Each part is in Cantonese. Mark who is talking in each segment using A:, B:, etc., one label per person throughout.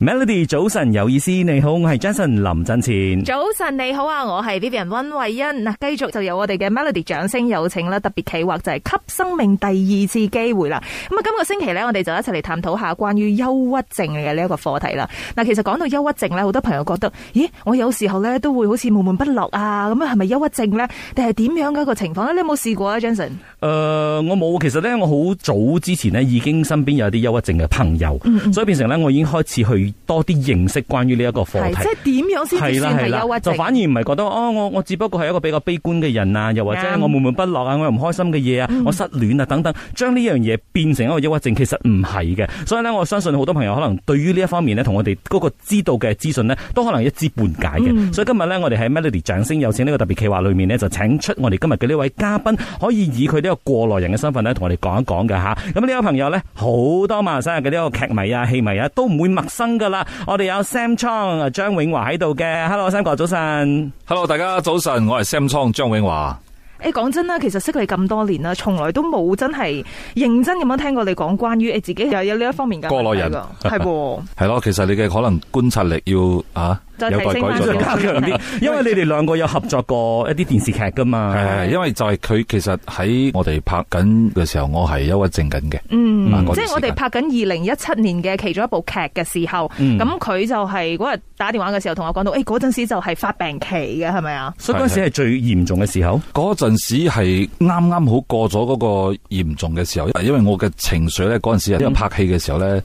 A: Melody 早晨有意思，你好，我係 Jason 林振前。
B: 早晨你好啊，我係 Vivian 溫慧欣嗱，繼續就有我哋嘅 Melody 掌聲有請啦，特別企劃就係給生命第二次機會啦。咁啊，今個星期呢，我哋就一齊嚟探討下關於憂鬱症嘅呢一個課題啦。嗱，其實講到憂鬱症呢，好多朋友覺得，咦，我有時候呢都會好似悶悶不樂啊，咁樣係咪憂鬱症呢？定係點樣嘅一個情況呢？你有冇試過啊
A: 誒、
B: ，Johnson？
A: 呃我冇，其實咧，我好早之前咧已經身邊有啲憂鬱症嘅朋友，
B: 嗯
A: 所以變成咧，我已經開始去多啲認識關於呢一個課
B: 係
A: 題。
B: 即係點樣先至
A: 係啦
B: 算係
A: 係
B: 憂
A: 啦，
B: 鬱
A: 就
B: 症？
A: 反而唔係覺得哦，我我只不過係一個比較悲觀嘅人啊，又或者
B: 啱
A: 我悶悶不樂啊，我又唔開心嘅嘢啊，我失戀啊等等，將呢樣嘢變成一個憂鬱症，其實唔係嘅。所以咧，我相信好多朋友可能對於呢一方面咧，同我哋嗰個知道嘅資訊呢，都可能一知半解嘅。所以今日咧，我哋喺 Melody 掌聲有請呢個特別企劃裏面呢，就請出我哋今日嘅呢位嘉賓，可以以佢呢個過來人嘅身份咧，同我哋講一講嘅吓。咁呢位朋友咧，好多馬來西亞嘅呢個劇迷啊、戲迷啊，都唔會陌生噶啦。我哋有 Sam Chong 啊張永華喺度嘅，Hello，Sam 哥早晨。
C: Hello，大家早晨，我係 Sam 倉張永華。
B: 誒講真啦，其實識你咁多年啦，從來都冇真係認真咁樣聽過你講關於誒自己又有呢一方面嘅
C: 過來
B: 來
C: 人
B: 係喎，
C: 係咯，其實你嘅可能觀察力要啊，
B: 再
C: 有
B: 提
C: 待
B: 升
C: 改
B: 翻
C: 進
B: 少
C: 咯。
B: 少
A: 加強啲， 因為你哋兩個有合作過一啲電視劇噶嘛。
C: 係，因為就係佢其實喺我哋拍緊嘅時候，我係憂鬱症緊嘅。
B: 嗯，
C: 啊嗰段
B: 即係我哋
C: 時間
B: 拍緊二零一七年嘅其中一部劇嘅時候，
A: 嗯
B: 咁佢、就係嗰日打電話嘅時候同我講到，誒嗰陣時就係發病期嘅，係咪啊？
A: 所以嗰陣時係最嚴重嘅時候。
C: 嗰陣時係啱啱好過咗嗰個嚴重嘅時候，因為我嘅情緒咧嗰陣時，因為
B: 嗯
C: 拍戲嘅時候咧，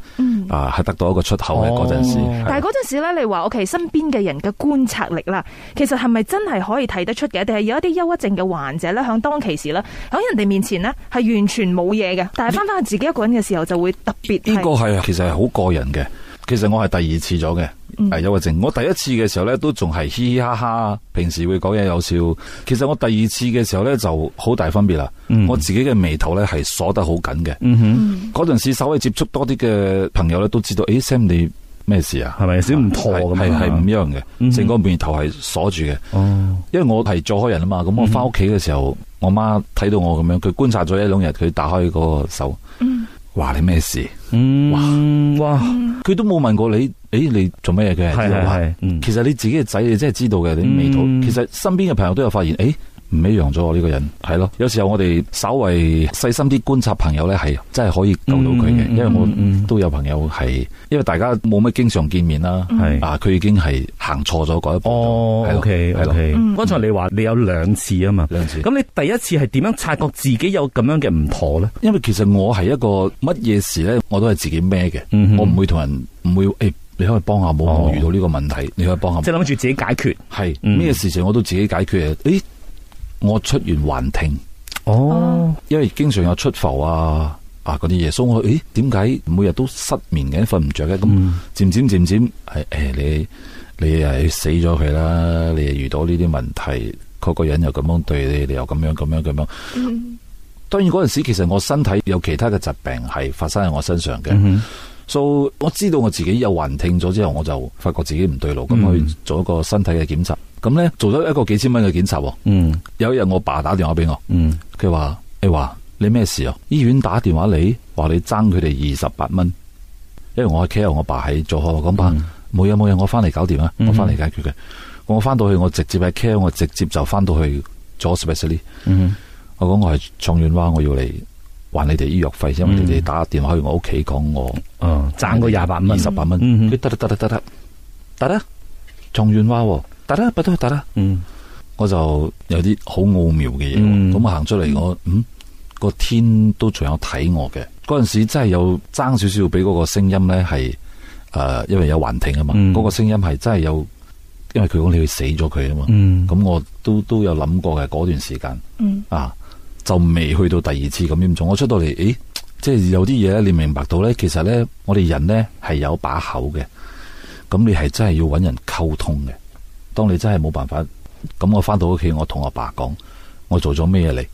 C: 啊係得到一個出口嘅
A: 哦
C: 嗰陣時。係
B: 但係嗰陣時咧，你話 OK 身邊嘅人嘅觀察力啦，其實係咪真係可以睇得出嘅？定係有一啲憂鬱症嘅患者咧，響當其時咧，響人哋面前呢，係完全冇嘢嘅，但係翻返去自己一個人嘅時候就會特別係
C: 呢個係其實係好個人嘅。其實我係第二次咗嘅，係憂鬱症。我第一次嘅時候咧，都仲係嘻嘻哈哈，平時會講嘢有笑。其實我第二次嘅時候咧，就好大分別啦。
A: 嗯
C: 我自己嘅眉頭咧係鎖得好緊嘅。
A: 嗯哼，
C: 嗰陣時稍微接觸多啲嘅朋友咧，都知道，誒 Sam 你咩事啊？
A: 係咪有少少唔妥咁
C: 係
A: 啊
C: 係唔一樣
A: 嗯
C: 嘅，成個面頭係鎖住嘅。
A: 哦，
C: 因為我係做開人啊嘛，咁
A: 嗯
C: 我翻屋企嘅時候，我媽睇到我咁樣，佢觀察咗一兩日，佢打開嗰個手，話你咩事？
A: 嗯，哇，
C: 佢都冇問過你，誒你做咩嘢嘅？
A: 嗯係係係，嗯
C: 其實你自己嘅仔，你真係知道嘅，你眉頭。
A: 嗯
C: 其實身邊嘅朋友都有發現，誒唔一樣咗我呢個人，係
A: 嗯
C: 咯。有時候我哋稍為細心啲觀察朋友咧，係真係可以救到佢嘅，
A: 嗯
C: 因為
A: 嗯嗯
C: 我都有朋友係，因為大家冇乜經常見面啦，
A: 係
C: 啊，佢已經係行錯咗嗰一步。
A: 哦
C: 係咯
A: ，OK
C: 係咯嗯
A: OK，剛才你話你有兩次啊嘛，
C: 兩次。
A: 咁你第一次係點樣察覺自己有咁樣嘅唔妥咧？
C: 因為其實我係一個乜嘢事咧，我都係自己孭嘅，
A: 嗯哼
C: 我唔會同人唔會誒、你可以幫下冇？
A: 哦
C: 我遇到呢個問題，你可以幫下我
A: 即係諗住自己解決。
C: 係
A: 嗯
C: 咩事情我都自己解決嘅。誒，我出完幻聽，
A: 哦，
C: 因為經常有出埠啊啊嗰啲嘢，所以我誒點解每日都失眠嘅，瞓唔着嘅？咁
A: 嗯
C: 漸漸漸漸係誒你你係死咗佢啦，你又遇到呢啲問題，嗰、個人又咁樣對你，你又咁樣咁樣咁樣。當然嗰陣時，其實我身體有其他嘅疾病係發生喺我身上嘅。
A: 嗯
C: 所以我知道我自己有幻聽咗之後，我就發覺自己唔對路，咁
A: 嗯
C: 去做一個身體嘅檢查。咁咧做咗一個幾千蚊嘅檢查喎。
A: 嗯
C: 有一日我爸打電話俾我，
A: 嗯，
C: 佢話：你話你咩事啊？醫院打電話嚟，話你爭佢哋二十八蚊，因為我喺 care 我爸喺做開，我講爸
A: 嗯
C: 冇嘢冇嘢，我翻嚟搞掂啊，
A: 嗯
C: 我翻嚟解決嘅。我翻到去我直接喺 care，我直接就翻到去咗 specially。
A: 嗯
C: 我講我係創院話，我要嚟還你哋醫藥費，因為
A: 嗯
C: 你哋打電話去我屋企講我。
A: 哼，哦，賺個廿八蚊，
C: 二十八蚊，
A: 嗯嗯
C: 佢得啦得啦得啦得啦，狀元話喎，得啦不得得啦，
A: 嗯
C: 我就有啲好奧妙嘅嘢
A: 嗯
C: 喎，咁我行出嚟我嗯個天都仲有睇我嘅，嗰陣時真係有爭少少俾嗰個聲音咧係誒，因為有幻聽啊嘛，
A: 嗯
C: 嗰個聲音係真係有，因為佢講你會死咗佢啊嘛，
A: 嗯，
C: 咁我都都有諗過嘅嗰段時間，
B: 嗯
C: 啊，就未去到第二次咁嚴重。我出到嚟，誒，即係有啲嘢咧，你明白到咧，其實咧，我哋人咧係有把口嘅，咁你係真係要揾人溝通嘅。當你真係冇辦法，咁我翻到屋企，我同我爸講，我做咗咩嘢嚟？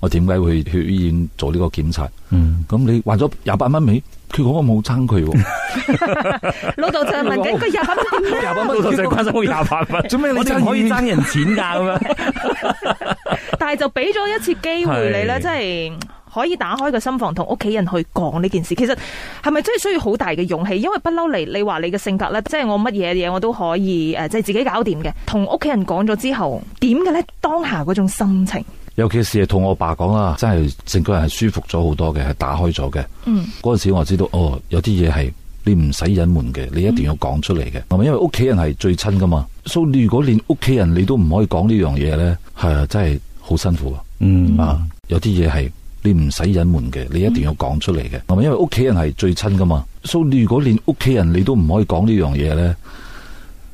C: 我點解會去 醫院做呢個檢查？
A: 嗯
C: 咁你還咗廿八蚊未？佢講我冇爭佢喎。
B: 老豆就係問緊佢廿八蚊點
C: 廿八
A: 啊老豆就關心我廿八蚊，
C: 做咩你
A: 我哋唔可以爭人 錢㗎咁樣？
B: 但係就俾咗一次機會你咧，
A: 係
B: 真係可以打開個心房同屋企人去講呢件事，其實係咪真係需要好大嘅勇氣？因為不嬲嚟，你話你嘅性格咧，即係我乜嘢嘢我都可以誒，即係自己搞掂嘅。同屋企人講咗之後，點嘅咧？當下嗰種心情，
C: 尤其是係同我爸講啦，真係成個人係舒服咗好多嘅，係打開咗嘅。
B: 嗯，
C: 嗰陣時我知道，哦，有啲嘢係你唔使隱瞞嘅，你一定要講出嚟嘅，
A: 嗯
C: 係咪、因為屋企人係最親噶嘛，所以你如果連屋企人你都唔可以講呢樣嘢呢，係啊，真係好辛苦啊！
A: 嗯
C: 啊，有啲嘢係你唔使隱瞞嘅，你一定要講出嚟嘅，係咪、因為屋企人係最親噶嘛，所以你如果連屋企人你都唔可以講呢樣嘢呢，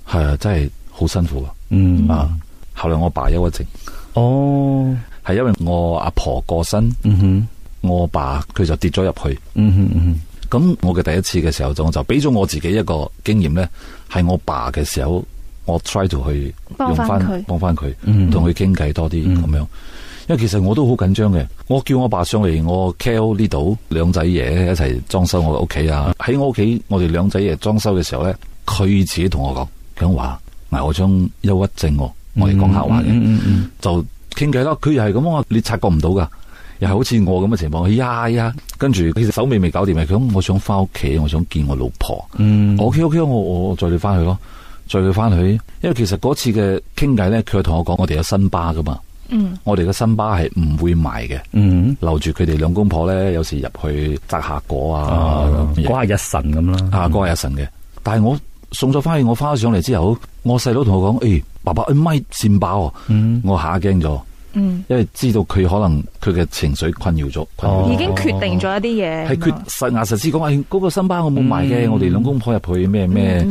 C: 係啊，真係好辛苦啊！
A: 嗯
C: 啊，後來我爸憂鬱症，
A: 哦，
C: 係因為我阿婆過身，
A: 嗯哼，
C: 我爸佢就跌咗入去。
A: 嗯哼，嗯哼，
C: 咁我嘅第一次嘅時候，就我就俾咗我自己一個經驗呢係我爸嘅時候，我 try to 去
B: 幫
C: 用
B: 返佢
C: 翻幫翻佢
A: 嗯，
C: 同佢傾偈多啲
A: 嗯
C: 咁樣。因為其實我都好緊張嘅，我叫我爸上嚟我 KL 呢度兩仔爺一齊裝修我嘅屋企啊。喺我屋企，我哋兩仔爺裝修嘅時候呢，佢自己同我講，佢話嗱我將憂鬱症喎，我哋講客話嘅。
A: 嗯嗯
C: 就傾偈咯。佢又係咁啊，你察覺唔到噶，又係好似我咁嘅情況。哎呀呀，跟住其實手尾未搞掂嘅，佢咁我想翻屋企，我想見我老婆。
A: 嗯，
C: 我 OK OK，我我載你翻去咯，載佢翻去。因為其實嗰次嘅傾偈咧，佢同我講，我哋有新巴噶嘛，
B: 嗯
C: 我哋嘅新巴係唔會賣嘅。
A: 嗯，
C: 留住佢哋兩公婆咧，有時入去摘下果啊，咁
A: 嗰下日神咁啦，
C: 啊，嗰係日神嘅。但係我送咗翻去，我翻咗上嚟之後，我細佬同我講：，誒、爸爸，誒咪線爆喎！
A: 嗯，
C: 我嚇驚咗。
B: 嗯，
C: 因為知道佢可能佢嘅情緒困擾咗，困擾
A: 哦
B: 已經決定咗一啲嘢，
C: 係佢實牙實齒講，誒嗰個新巴我冇買嘅，
A: 嗯
C: 我哋兩公婆入去咩咩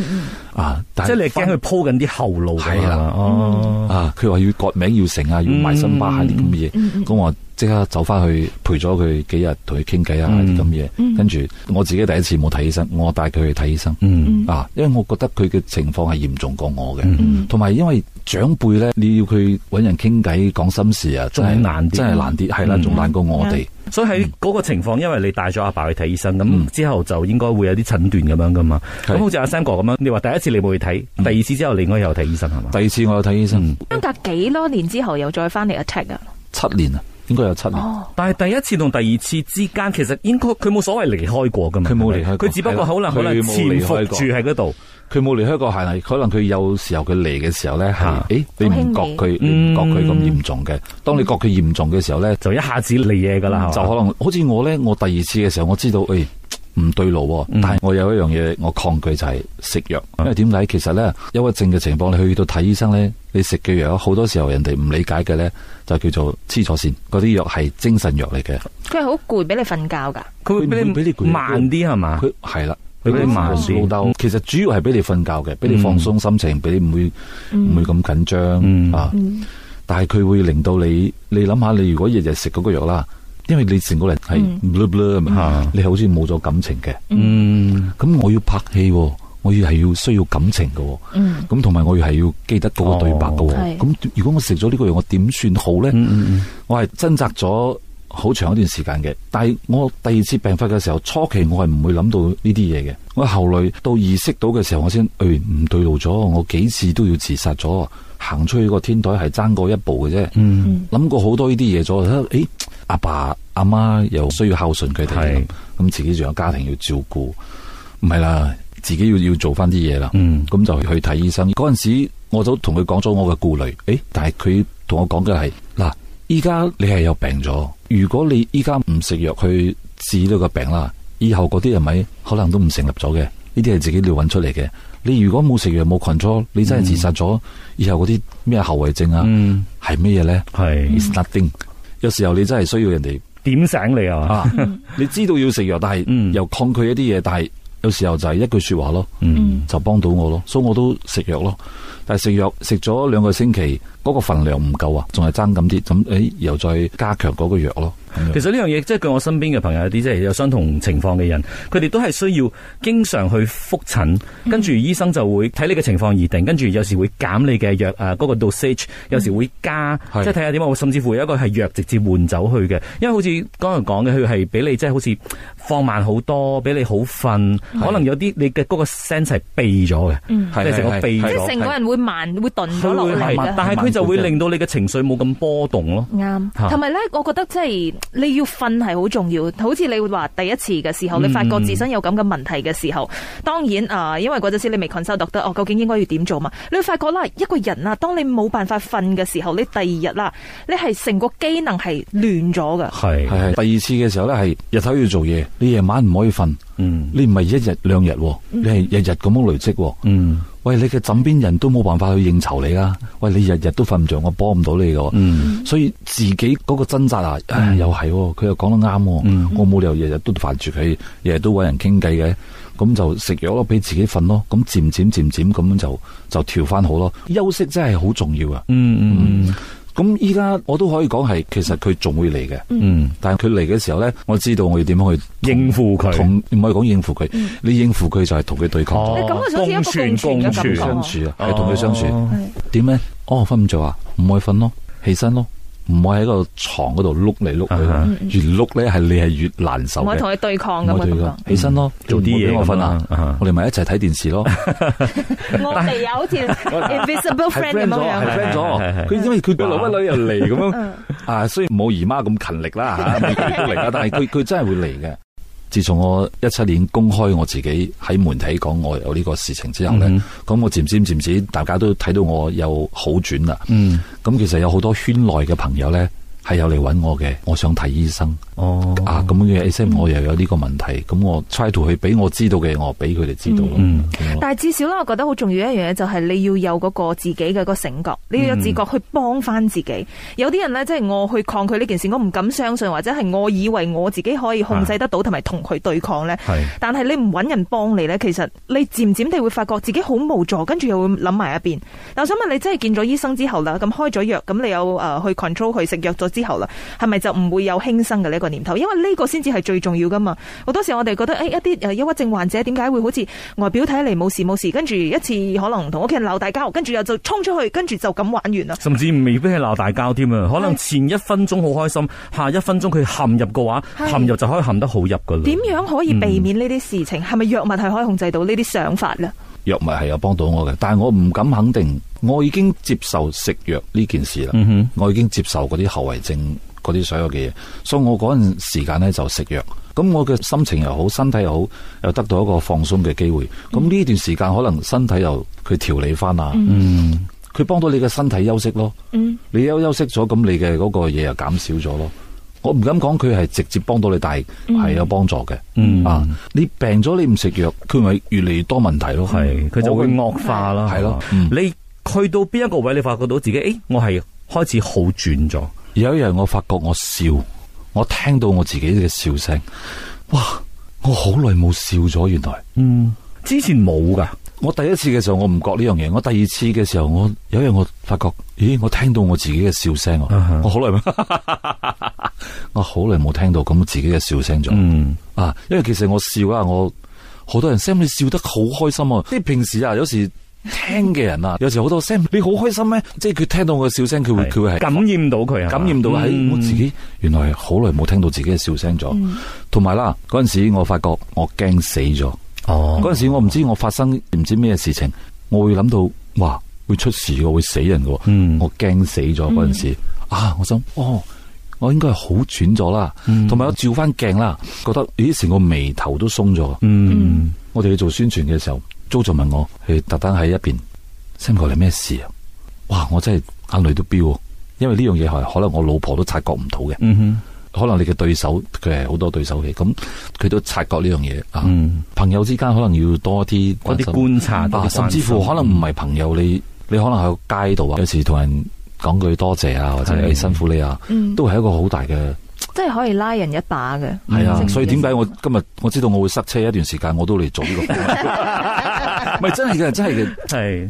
C: 啊，但
A: 即係你係
C: 翻
A: 驚佢鋪緊啲後路㗎嘛
C: 係啦
A: 哦，
C: 啊，佢話要割名要成啊，要買新巴啊
A: 嗯
C: 啲咁嘅嘢，咁我即刻走翻去陪咗佢幾日，同佢傾偈啊
A: 嗯
C: 啲咁嘢，跟住我自己第一次冇睇醫生，我帶佢去睇醫生
A: 嗯。
C: 啊，因為我覺得佢嘅情況係嚴重過我嘅。
A: 嗯
C: 同埋因為長輩咧，你要佢揾人傾偈講心事啊，真係
A: 仲難啲
C: 真係難啲，係啦，
A: 嗯
C: 仲難過我哋。
A: 所以喺
C: 嗯
A: 嗰個情況，因為你帶咗阿爸去睇醫生，咁、之後就應該會有啲診斷咁樣噶嘛。
C: 係嗯
A: 咁好似阿 Sam 哥咁樣，你話第一次你冇去睇，第二次之後你應該有睇醫生係嘛？
C: 第二次我有睇醫
A: 嗯
C: 生，
B: 相隔幾多年之後又再翻嚟 attack 啊？
C: 七年啊，應該有七年。
B: 哦，
A: 但係第一次同第二次之間，其實應該佢冇所謂離開過噶嘛。
C: 佢冇
A: 係咪
C: 離開過
A: 佢只不過可能
C: 係
A: 可
C: 啦
A: 能
C: 佢冇
A: 潛
C: 離開
A: 伏
C: 過
A: 住喺嗰度。
C: 佢冇離開過，係可能佢有時候佢嚟嘅時候咧，係
A: 嚇
C: 誒你唔覺
B: 好輕
C: 佢，你
A: 啊嗯
C: 唔覺佢咁嚴重嘅。當你覺佢嚴重嘅時候咧，
A: 就一下子嚟嘢噶啦，
C: 就可能好似我咧，我第二次嘅時候，我知道誒唔對路喎，
A: 嗯
C: 但係我有一樣嘢我抗拒就係食藥，
A: 嗯
C: 因為點解其實咧憂鬱症嘅情況，你去到睇醫生咧，你食嘅藥好多時候人哋唔理解嘅咧，就叫做黐咗線，嗰啲藥係精神藥嚟嘅，
B: 佢係好攰，俾你瞓覺㗎。
A: 佢會
C: 佢唔會
A: 俾
C: 俾
A: 你
C: 你攰
A: 慢啲係嘛？
C: 佢係啦。
A: 啊佢俾你慢
C: 老
A: 啲。嗯
C: 豆其實主要係俾你瞓覺嘅，俾你放鬆心情，俾你唔會唔會咁緊
A: 嗯
C: 張啊。但係佢會令到你，你諗下，你如果日日食嗰個藥啦，因為你成個人係 blur blur 咁
A: 啊
C: 你好似冇咗感情嘅。
A: 嗯
C: 咁我要拍戲喎，我要係要需要感情嘅喎，
B: 嗯
C: 咁同埋我要係要記得嗰個對白嘅
B: 哦係
C: 喎。咁如果我食咗呢個藥，我點算好咧？
A: 嗯嗯
C: 我係掙扎咗好長一段時間嘅，但係我第二次病發嘅時候，初期我係唔會諗到呢啲嘢嘅。我後來到意識到嘅時候，我先誒唔對路咗，我幾次都要自殺咗，行出去個天台係爭過一步嘅啫。
A: 嗯
C: 諗過好多呢啲嘢咗，誒、咦阿爸阿媽又需要孝順佢哋
A: 係
C: 咁，咁自己仲有家庭要照顧，唔係啦，自己要要做翻啲嘢啦。
A: 嗯
C: 咁就去睇醫生。嗰陣時我都同佢講咗我嘅顧慮，誒，但係佢同我講嘅係嗱，依家你係有病咗，如果你依家唔食藥去治呢個病啦，以後嗰啲係咪可能都唔成立咗嘅？呢啲係自己要揾出嚟嘅。你如果冇食藥冇 control，你真係自殺咗，以後嗰啲咩後遺症啊，
A: 嗯，
C: 係咩嘢呢
A: 係
C: It's nothing。有時候你真係需要人哋
A: 點醒你啊？
C: 啊， 你知道要食藥，但係
A: 嗯
C: 又抗拒一啲嘢，但係有時候就係一句說話咯。
A: 嗯
C: 就幫到我咯，所以我都食藥咯。但係食藥食咗兩個星期，嗰、個份量唔夠啊，仲係爭咁啲，咁誒又再加強嗰個藥咯。
A: 其實呢樣嘢，即係據我身邊嘅朋友有啲即係有相同情況嘅人，佢哋都係需要經常去覆診，跟住醫生就會睇你嘅情況而定，跟住有時會減你嘅藥啊嗰個 dosage，有時會加，
C: 係
A: 即係睇下點啊，甚至乎有一個係藥直接換走去嘅，因為好似剛才講嘅，佢係俾你即係好似放慢好多，俾你好瞓，可能有啲你嘅嗰個 sense 係避咗嘅，
B: 嗯，
A: 即係成個避
B: 即
A: 咗
B: 係成個人會慢，會頓咗
A: 佢
B: 落
A: 會
B: 嚟
A: 係
B: 㗎。
A: 但係佢就會令到你嘅情緒冇咁波動咯。
B: 啱，
A: 嚇
B: 同埋咧，我覺得即係你要瞓係好重要。好似你會話第一次嘅時候，你發覺自身有咁嘅問題嘅時候，當然啊、因為嗰陣時你未 consult 得，哦，究竟應該要點做嘛？你會發覺啦，一個人啊，當你冇辦法瞓嘅時候，你第二日啦，你係成個機能係亂咗噶。
A: 係
C: 係係第二次嘅時候咧，係日頭要做嘢，你夜晚唔可以瞓，
A: 嗯
C: 你唔係一日兩日喎，你係日日咁樣累積喎。
A: 嗯
C: 喂，你嘅枕邊人都冇辦法去應酬你啦。喂，你日日都瞓唔着，我幫唔到你嘅喎。
A: 嗯
C: 所以自己嗰個掙扎啊，唉又係喎，佢又講得啱喎，
A: 嗯
C: 我冇理由日日都煩住佢，日日都揾人傾偈嘅，咁就食藥咯，俾自己瞓咯，咁漸漸漸漸咁樣就就調翻好咯。休息真係好重要啊！
A: 嗯嗯
C: 咁依家我都可以講係，其實佢仲會嚟嘅，
A: 嗯，
C: 但係佢嚟嘅時候呢，我知道我要點樣去
A: 應付佢嗯
C: 同，唔可以講應付佢，你應付佢就係同佢對抗，
A: 哦
B: 你咁啊好似一個共存嘅感
C: 同佢
B: 覺
C: 相
B: 啊
C: 處啊，
A: 哦
C: 係同佢相處。
A: 哦
C: 點咧？哦，瞓唔着啊，唔可以瞓咯，起身咯，唔可以喺個床嗰度碌嚟碌
A: 啊
C: 去，越碌咧係你係越難受
B: 唔可以
C: 嘅
B: 同。佢對抗咁啊！
C: 唔可以對
B: 咁
C: 㗎
B: 講，
C: 起身咯，
A: 嗯做啲嘢
C: 唔好俾我瞓
A: 咁樣啊
C: 啊！我哋咪一齊睇電視 咯，
B: 我哋啊，好似 invisible
C: 係
B: friend 咁樣
C: 咗，
A: 係
B: 樣
C: 哦係
A: 係係
C: friend 咗。佢因為佢個女女又嚟咁
B: 嗯
C: 樣啊，雖然冇姨媽咁勤力 啦嚇，每個月都嚟啦，但係佢佢真係會嚟嘅。自從我一七年公開我自己喺媒體講我有呢個事情之後咧，
A: 嗯
C: 咁我漸漸漸漸大家都睇到我有好轉啦。
A: 嗯
C: 咁其實有好多圈內嘅朋友呢，係有嚟揾我嘅，我想睇醫生、
A: 哦
C: 啊，咁嘅 S M 我又有呢個問題，咁我 try to 去俾我知道嘅，我俾佢哋知道咯。
A: 嗯
C: 咁咯
B: 但係至少咧，我覺得好重要一樣嘢就係你要有嗰個自己嘅嗰個醒覺，你要有自覺去幫翻自己。有啲人呢，即係我去抗拒呢件事，我唔敢相信，或者係我以為我自己可以控制得到，同埋同佢對抗呢。
A: 係
B: 但係你唔揾人幫你呢，其實你漸漸地會發覺自己好無助，跟住又會諗埋一邊。但我想問你，真係見咗醫生之後啦，咁開咗藥，咁你有誒、呃去 control 佢食藥咗之後啦，係咪就唔會有輕生嘅呢一個念頭？因為呢個先至係最重要噶嘛。好多時我哋覺得誒、哎一啲誒憂鬱症患者點解會好似外表睇嚟冇事冇事，跟住一次可能同屋企人鬧大交，跟住又就衝出去，跟住就咁啊玩完啦。
A: 甚至未必係鬧大交添啊！可能前一分鐘好開心，下一分鐘佢陷入嘅話，
B: 係
A: 陷入就可以陷得好入噶啦。
B: 點樣可以避免呢啲事情？係咪藥物係可以控制到呢啲想法呢？
C: 藥物係有幫到我嘅，但係我唔敢肯定，我已經接受食藥呢件事啦，
A: 嗯哼
C: 我已經接受嗰啲後遺症嗰啲所有嘅嘢，所以我嗰陣時間呢就食藥。咁我嘅心情又好，身體又好，又得到一個放鬆嘅機會。咁呢段時間可能身體又佢調理翻啊，
A: 嗯
C: 佢幫到你嘅身體休息咯。
B: 嗯，
C: 你休休息咗，咁你嘅嗰個嘢又減少咗咯。我唔敢講佢係直接幫到你，但係係有幫助嘅。
A: 嗯
C: 啊，你病咗你唔食藥，佢咪越嚟越多問題咯。
A: 係佢就
C: 我
A: 嗯會惡化啦。
C: 係咯
A: 係嘛
C: 嗯
A: 你去到邊一個位，你發覺到自己，誒，我係開始好轉咗。
C: 有一日我發覺我笑，我聽到我自己嘅笑聲，哇！我好耐冇笑咗，原來
A: 嗯，之前冇噶。
C: 我第一次嘅時候我唔覺呢樣嘢，我第二次嘅時候我有一日我發覺，咦！我聽到我自己嘅笑聲啊
A: 啊哈
C: 我好耐冇 我好耐冇聽到咁自己嘅笑聲咗。
A: 嗯
C: 啊，因為其實我笑啊，我好多人 Sam 你笑得好開心啊，即係平時啊，有時聽嘅人啊，有時好多 Sam 你好開心咩？即係佢聽到我嘅笑聲，佢會
A: 係
C: 佢會係
A: 感染到佢啊，
C: 感染到喺、
A: 嗯
C: 我自己，原來係好耐冇聽到自己嘅笑聲咗。同埋啦，嗰陣時我發覺我驚死咗，
A: 哦
C: 嗰陣時我唔知我發生唔知咩事情，我會諗到哇會出事嘅，會死人嘅，
A: 嗯
C: 我驚死咗嗰陣時、啊，我想哦。我應該係好轉咗啦，
A: 嗯
C: 同埋、我照翻鏡啦，覺得咦成個眉頭都鬆咗。
A: 嗯
C: 我哋去做宣傳嘅時候，Jo 就問我，佢特登喺一邊，Sam 哥你咩事啊？哇！我真係眼淚都飆喎，因為呢樣嘢係可能我老婆都察覺唔到嘅，
A: 嗯哼
C: 可能你嘅對手佢係好多對手嘅，咁佢都察覺呢樣嘢啊。
A: 嗯，
C: 朋友之間可能要多啲
A: 嗰
C: 關
A: 啲
C: 心
A: 觀察，
C: 啊
A: 嗰啲
C: 甚至乎
A: 關
C: 可
A: 心
C: 能唔係朋友，你你可能喺個街度啊，有時同人講句多謝啊，或者
A: 係
C: 誒辛苦你啊，
B: 嗯
C: 都係一個好大嘅。
B: 真係可以拉人一把嘅。
C: 係啊
B: 嗯，
C: 所以點解我今日我知道我會塞車一段時間，我都嚟做呢個 節目。唔係真係嘅，真係嘅。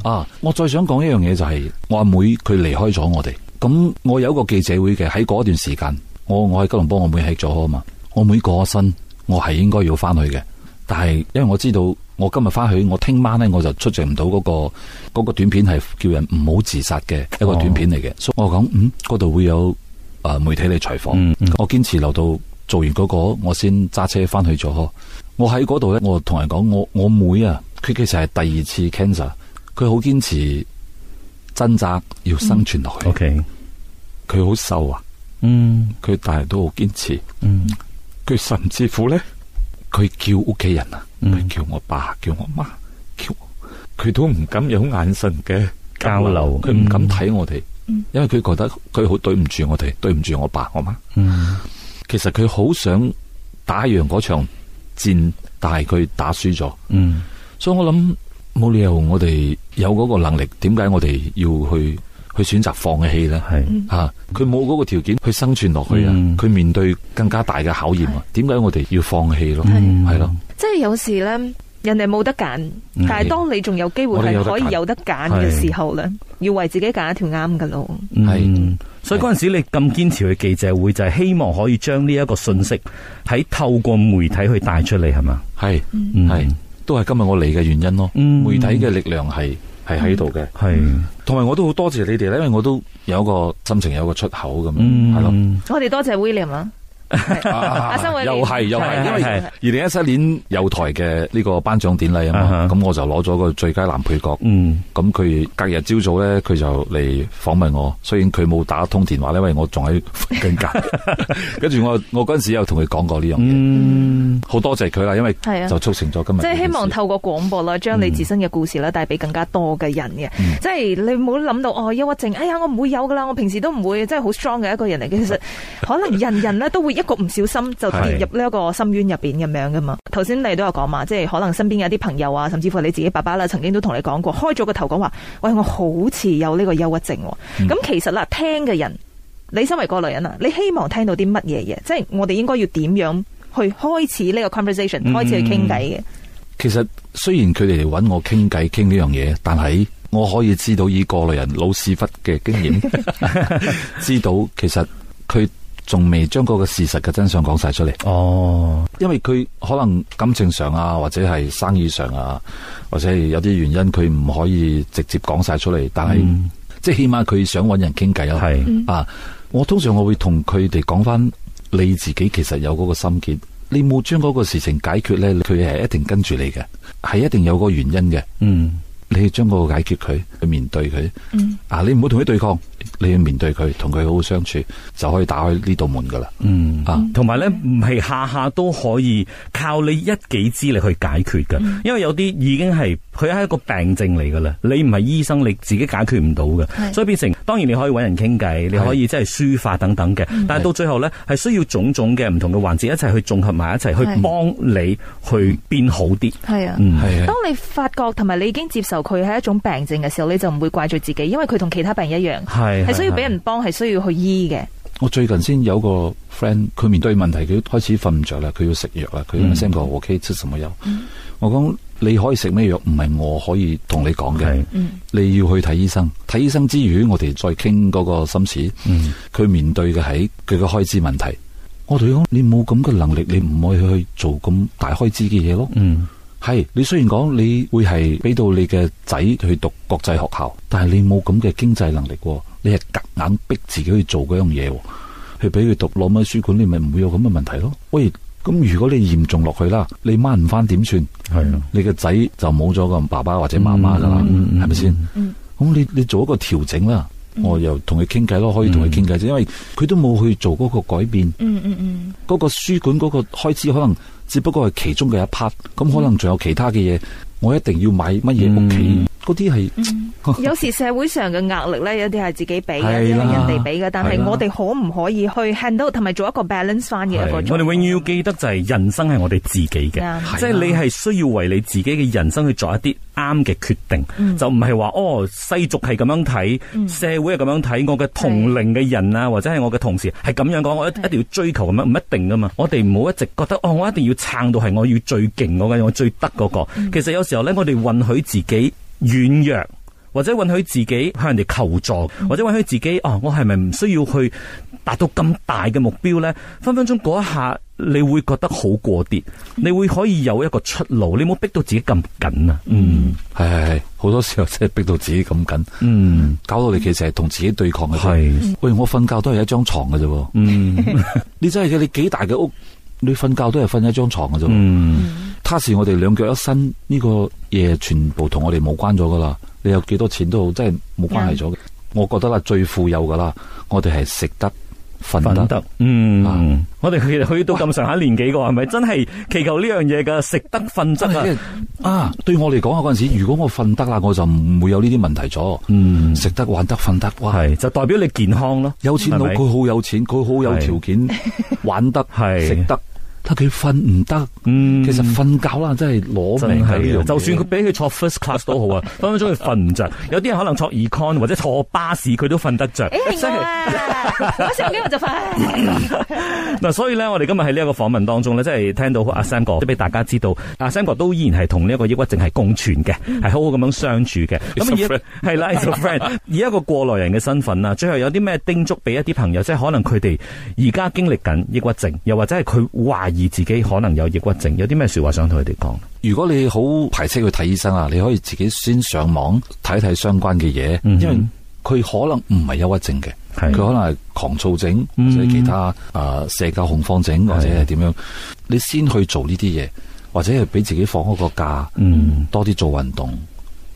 A: 係
C: 啊！我再想講一樣嘢就係、我阿妹佢離開咗我哋，咁我有一個記者會嘅喺嗰段時間，我我喺吉隆坡，我妹喺咗啊嘛，我妹過咗身，我係應該要翻去嘅，但係因為我知道我今日翻去，我聽晚呢，我就出席唔到嗰個嗰個短片係叫人唔好自殺嘅一個短片嚟嘅，所以我講嗯嗰度會有誒、呃媒體嚟採訪，
A: 嗯嗯
C: 我堅持留到做完嗰、個，我先揸車翻去咗。我喺嗰度咧，我同人講，我我妹啊，佢其實係第二次 cancer，佢好堅持掙扎要生存落去，
A: 嗯 OK，
C: 佢好瘦啊，
A: 嗯
C: 佢但係都好堅持。
A: 嗯
C: 佢甚至乎咧，佢叫屋企人啊，
A: 嗯
C: 佢叫我爸，叫我媽，叫我佢都唔敢有眼神嘅
A: 交流
C: 佢唔敢
A: 嗯
C: 睇我哋，
B: 嗯
C: 因為佢覺得佢好對唔住我哋，對唔住我爸我媽。
A: 嗯
C: 其實佢好想打贏嗰場戰，但係佢打輸咗，
A: 嗯
C: 所以我諗冇理由我哋有嗰個能力，點解我哋要去去選擇放棄呢？
A: 系
C: 啊！佢冇嗰個條件去生存落去啊！
A: 嗯
C: 佢、面對更加大嘅考驗啊！點解我哋要放棄咯？
A: 嗯
C: 係咯，
B: 即係有時咧，人哋冇得揀，但係當你仲有機會
C: 嗯我哋有
B: 係
C: 得
B: 可以
C: 揀
B: 有得揀嘅
A: 係
B: 時候咧，要為自己揀一條啱嘅路。
A: 嗯，所以嗰陣時你咁堅持去記者會，就係希望可以將呢一個信息喺透過媒體去帶出嚟，係嘛？
C: 係
A: 嗯
C: 係，都係今日我嚟嘅原因咯。
A: 嗯
C: 媒體嘅力量係係喺度嘅，
A: 係
C: 同埋我都好多謝你哋咧，因為我都有一個心情有一個出口咁樣，係咯。
A: 嗯
B: 我哋多謝 William 啊，
C: 啊
B: 阿生偉你
C: 又係又
A: 係
C: 係，因為
A: 係
C: 二零一七年有台嘅呢個頒獎典禮啊
A: 啊哈
C: 嘛，咁我就攞咗個最佳男配角。
A: 嗯
C: 咁佢隔日朝早咧，佢就嚟訪問我。雖然佢冇打通電話咧，因為我仲喺瞓緊覺。跟住我我嗰陣時有同佢講過呢樣嘢，
A: 嗯
C: 好多謝佢啦，因為
B: 係啊
C: 就促成咗今日呢
B: 即
C: 件
B: 係
C: 事。
B: 希望透過廣播啦，將你自身嘅故事啦帶俾更加多嘅人嘅。
C: 嗯
B: 即係你冇諗到哦，憂鬱症，哎呀，我唔會有噶啦，我平時都唔會，即係好 strong 嘅一個人嚟嘅。
C: 嗯
B: 其實可能人人咧都會一個唔小心就跌入呢一個深淵入邊咁樣噶嘛。頭先你都有講嘛，即係可能身邊有啲朋友啊，甚至乎你自己爸爸啦，曾經都同你講過，開咗個頭講話，喂，我好似有呢個憂鬱症
C: 嗯
B: 喎。咁、其實啦，聽嘅人，你身為過來人啊，你希望聽到啲乜嘢嘢？即係我哋應該要點樣去開始呢個 conversation，
A: 嗯
B: 開始去傾偈嘅？
C: 其實雖然佢哋嚟揾我傾偈傾呢樣嘢，但係我可以知道以過來人老屎忽嘅經驗，知道其實佢仲未將嗰個事實嘅真相講晒出嚟，
A: 哦
C: 因為佢可能感情上啊，或者係生意上啊，或者係有啲原因佢唔可以直接講晒出嚟，但係、
A: 嗯
C: 即係起碼佢想揾人傾偈咯。
A: 係
C: 啊，我通常我會同佢哋講翻你自己其實有嗰個心結，你冇將嗰個事情解決呢，佢係一定跟住你嘅，係一定有個原因嘅。
A: 嗯
C: 你要將嗰個解決佢，去面對佢。
B: 嗯
C: 啊，你唔好同佢對抗，你要面對佢，同佢好好相處，就可以打開呢道門噶啦。
A: 嗯。
C: 啊，
A: 同埋咧，唔係下下都可以靠你一己之力去解決嘅，
B: 嗯
A: 因為有啲已經係佢係一個病症嚟噶啦，你唔係醫生，你自己解決唔到嘅，
B: 係
A: 所以變成當然你可以揾人傾偈，你可以即係抒發等等嘅，
B: 嗯
A: 但係到最後呢，係需要種種嘅唔同嘅環節一齊去綜合埋一齊，去
B: 係
A: 幫你去變好啲。
B: 係啊。
A: 嗯，
C: 係
B: 當你發覺同埋你已經接受佢係一種病症嘅時候，你就唔會怪罪自己，因為佢同其他病一樣，
A: 係
B: 係需要俾人幫，係需要去醫嘅。
C: 我最近先有個 friend，佢面對問題，佢開始瞓唔着啦，佢要食藥啦，佢
A: 嗯
C: send 個 OK 吃什麼藥。我講你可以食咩藥，唔係我可以同你講嘅
A: 係。
B: 嗯，
C: 你要去睇醫生，睇醫生之餘，我哋再傾嗰個心事。
A: 嗯
C: 佢面對嘅係佢嘅開支問題。我同佢講，你冇咁嘅能力，你唔可以去做咁大開支嘅嘢咯。
A: 嗯
C: 係你雖然講你會係俾到你嘅仔去讀國際學校，但係你冇咁嘅經濟能力喎，你係夾硬逼自己去做嗰樣嘢喎，去俾佢讀攞乜書館，你咪唔會有咁嘅問題咯。喂，咁如果你嚴重落去啦，你掹唔翻點算？
A: 係啊，
C: 你嘅仔就冇咗個爸爸或者媽媽噶啦，
A: 嗯嗯
C: 係咪先？
B: 嗯
C: 咁你你做一個調整啦，我又同佢傾偈咯，可以
A: 嗯
C: 同佢傾偈啫，因為佢都冇去做嗰個改變，
B: 嗯嗯嗯，
C: 嗰、個書館嗰個開支可能只不過係其中嘅一 part，咁可能仲有其他嘅嘢，我一定要買乜嘢屋企
A: 嗯，
C: 嗰啲係
B: 嗯 有時社會上嘅壓力咧，有啲係自己俾
C: 係啦
B: 嘅，有啲係人哋俾嘅，但
C: 係
B: 係
C: 啦
B: 我哋可唔可以去 handle 同埋做一個 balance 翻嘅一個狀態？
A: 我哋永遠要記得就係人生係我哋自己嘅
B: 啱，
A: 即係你係需要為你自己嘅人生去做一啲啱嘅決定，
B: 嗯
A: 就唔係話哦世俗係咁樣睇，社會係咁樣睇，我嘅同齡嘅人啊，或者係我嘅同事係咁樣講，我一一定要追求咁樣，唔一定噶嘛。我哋唔好一直覺得哦，我一定要撐到係我要最勁嗰個，我最得嗰個。其實有時候咧，我哋允許自己軟弱。或者允許自己向人哋求助，或者允許自己哦，我係咪唔需要去達到咁大嘅目標呢？分分鐘嗰一下，你會覺得好過啲，你會可以有一個出路，你冇逼到自己咁緊啊！嗯
C: 係係係好多時候真係逼到自己咁緊，
A: 嗯，
C: 搞到你其實係同自己對抗嘅啫。
A: 係
C: 喂，我瞓覺都係一張床嘅啫喎，
A: 嗯
C: 你真係嘅，你幾大嘅屋，你瞓覺都係瞓一張床嘅啫喎。
A: 嗯
C: 他是我哋兩腳一伸呢、個嘢，全部同我哋冇關咗噶啦。你有
B: 嗯
C: 幾多錢都好，真係冇關係咗嘅。我覺得啦，最富有噶啦，我哋係食得、瞓
A: 瞓
C: 得
A: 得，嗯，
C: 啊
A: 我哋去去到咁上下年紀嘅話，係咪真係祈求呢樣嘢嘅食得瞓
C: 真
A: 得啊？
C: 係啊！對我嚟講啊，嗰陣時如果我瞓得啦，我就唔會有呢啲問題咗。
A: 嗯，
C: 食得、玩得、瞓得，哇！
A: 係就代表你健康咯，
C: 有錢佬
A: 係咪
C: 佢好有錢，佢好有條件玩得、
A: 係
C: 食得，但佢瞓唔得。
A: 嗯，
C: 其實瞓覺啦，真係攞
A: 真
C: 命
A: 係
C: 㗎
A: 啊
C: 呢樣！
A: 就算佢
C: 嘢
A: 俾佢坐 first class 都好啊，分分鐘佢瞓唔着。有啲人可能坐 econ 或者坐巴士佢都瞓得着。
B: 誒係我啊，哎 我上機我就 瞓。
A: 嗱，所以咧，我哋今日喺呢一個訪問當中咧，即係聽到阿 Sam 哥，即係俾大家知道，阿 Sam 哥都依然係同呢一個抑鬱症係共存嘅，係好好咁樣相處嘅。
C: It's 嗯 a
A: 咁而係啦，as a friend，以一個過來人嘅身份啊，最後有啲咩叮囑俾一啲朋友，即係可能佢哋而家經歷緊抑鬱症，又或者係佢懷疑自己可能有抑鬱症，有啲咩說話想同佢哋講？
C: 如果你好排斥去睇醫生啊，你可以自己先上網睇睇相關嘅嘢，
A: 嗯哼
C: 因為佢可能唔係憂鬱症嘅，
A: 係嗯
C: 佢可能係狂躁症或者其他啊、呃社交恐慌症或者係點樣，你先去做呢啲嘢，或者係俾自己放開個假，
A: 嗯，
C: 多啲做運動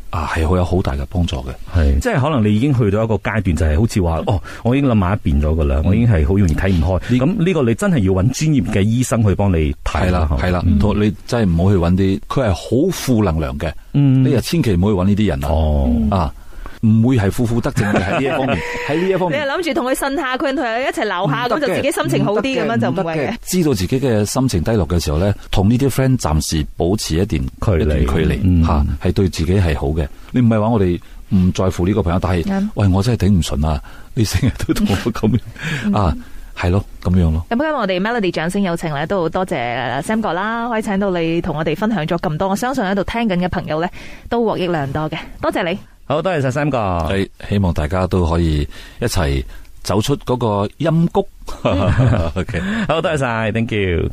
C: 啊，係會有好大嘅幫助嘅。
A: 係，即係可能你已經去到一個階段，就係好似話哦，我已經諗埋一邊咗噶啦，我已經係好容易睇唔開。
C: 呢
A: 咁呢個你真係要揾專業嘅醫生去幫你睇
C: 係啦，係啦，同你真係唔好去揾啲，佢係好負能量嘅，
A: 嗯
C: 你又啊千祈唔好去揾呢啲人啊。
A: 哦，
C: 啊，唔會係負負得正嘅喺呢一方面，喺呢一方
B: 你
C: 面
B: 又。諗住同佢呻下，佢同佢一齊鬧下，啊咁就自己心情好啲咁樣就唔
C: 得
B: 會嘅。。
C: 知道自己嘅心情低落嘅時候咧，同呢啲 friend 暫時保持一段
A: 距離
C: 一段距
A: 嗯
C: 離吓，係對自己係好嘅。你唔係話我哋唔在乎呢個朋友，但係
B: 啱
C: 喂，我真係頂唔順啊！你成日都同我咁
B: 嗯
C: 樣啊，係咯，咁樣咯。
B: 咁今日我哋 Melody 掌聲有請咧，都好多謝呃 Sam 哥啦，可以請到你同我哋分享咗咁多，我相信喺度聽緊嘅朋友咧都獲益良多嘅，多謝你。
A: 好多謝晒 Sam 哥。
C: 係希望大家都可以一齊走出嗰個陰谷。OK。
A: 好多謝晒，thank you。